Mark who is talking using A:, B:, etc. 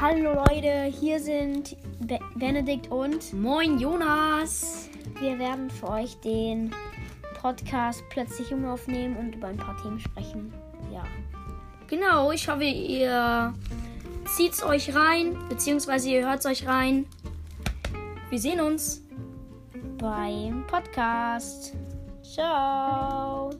A: Hallo Leute, hier sind Be Benedikt und
B: Moin Jonas!
A: wir werden für euch den Podcast plötzlich Junge aufnehmen und über ein paar Themen sprechen. Ja.
B: Genau, ich hoffe, ihr zieht's euch rein, beziehungsweise ihr hört's euch rein. Wir sehen uns.
A: Beim Podcast. Ciao.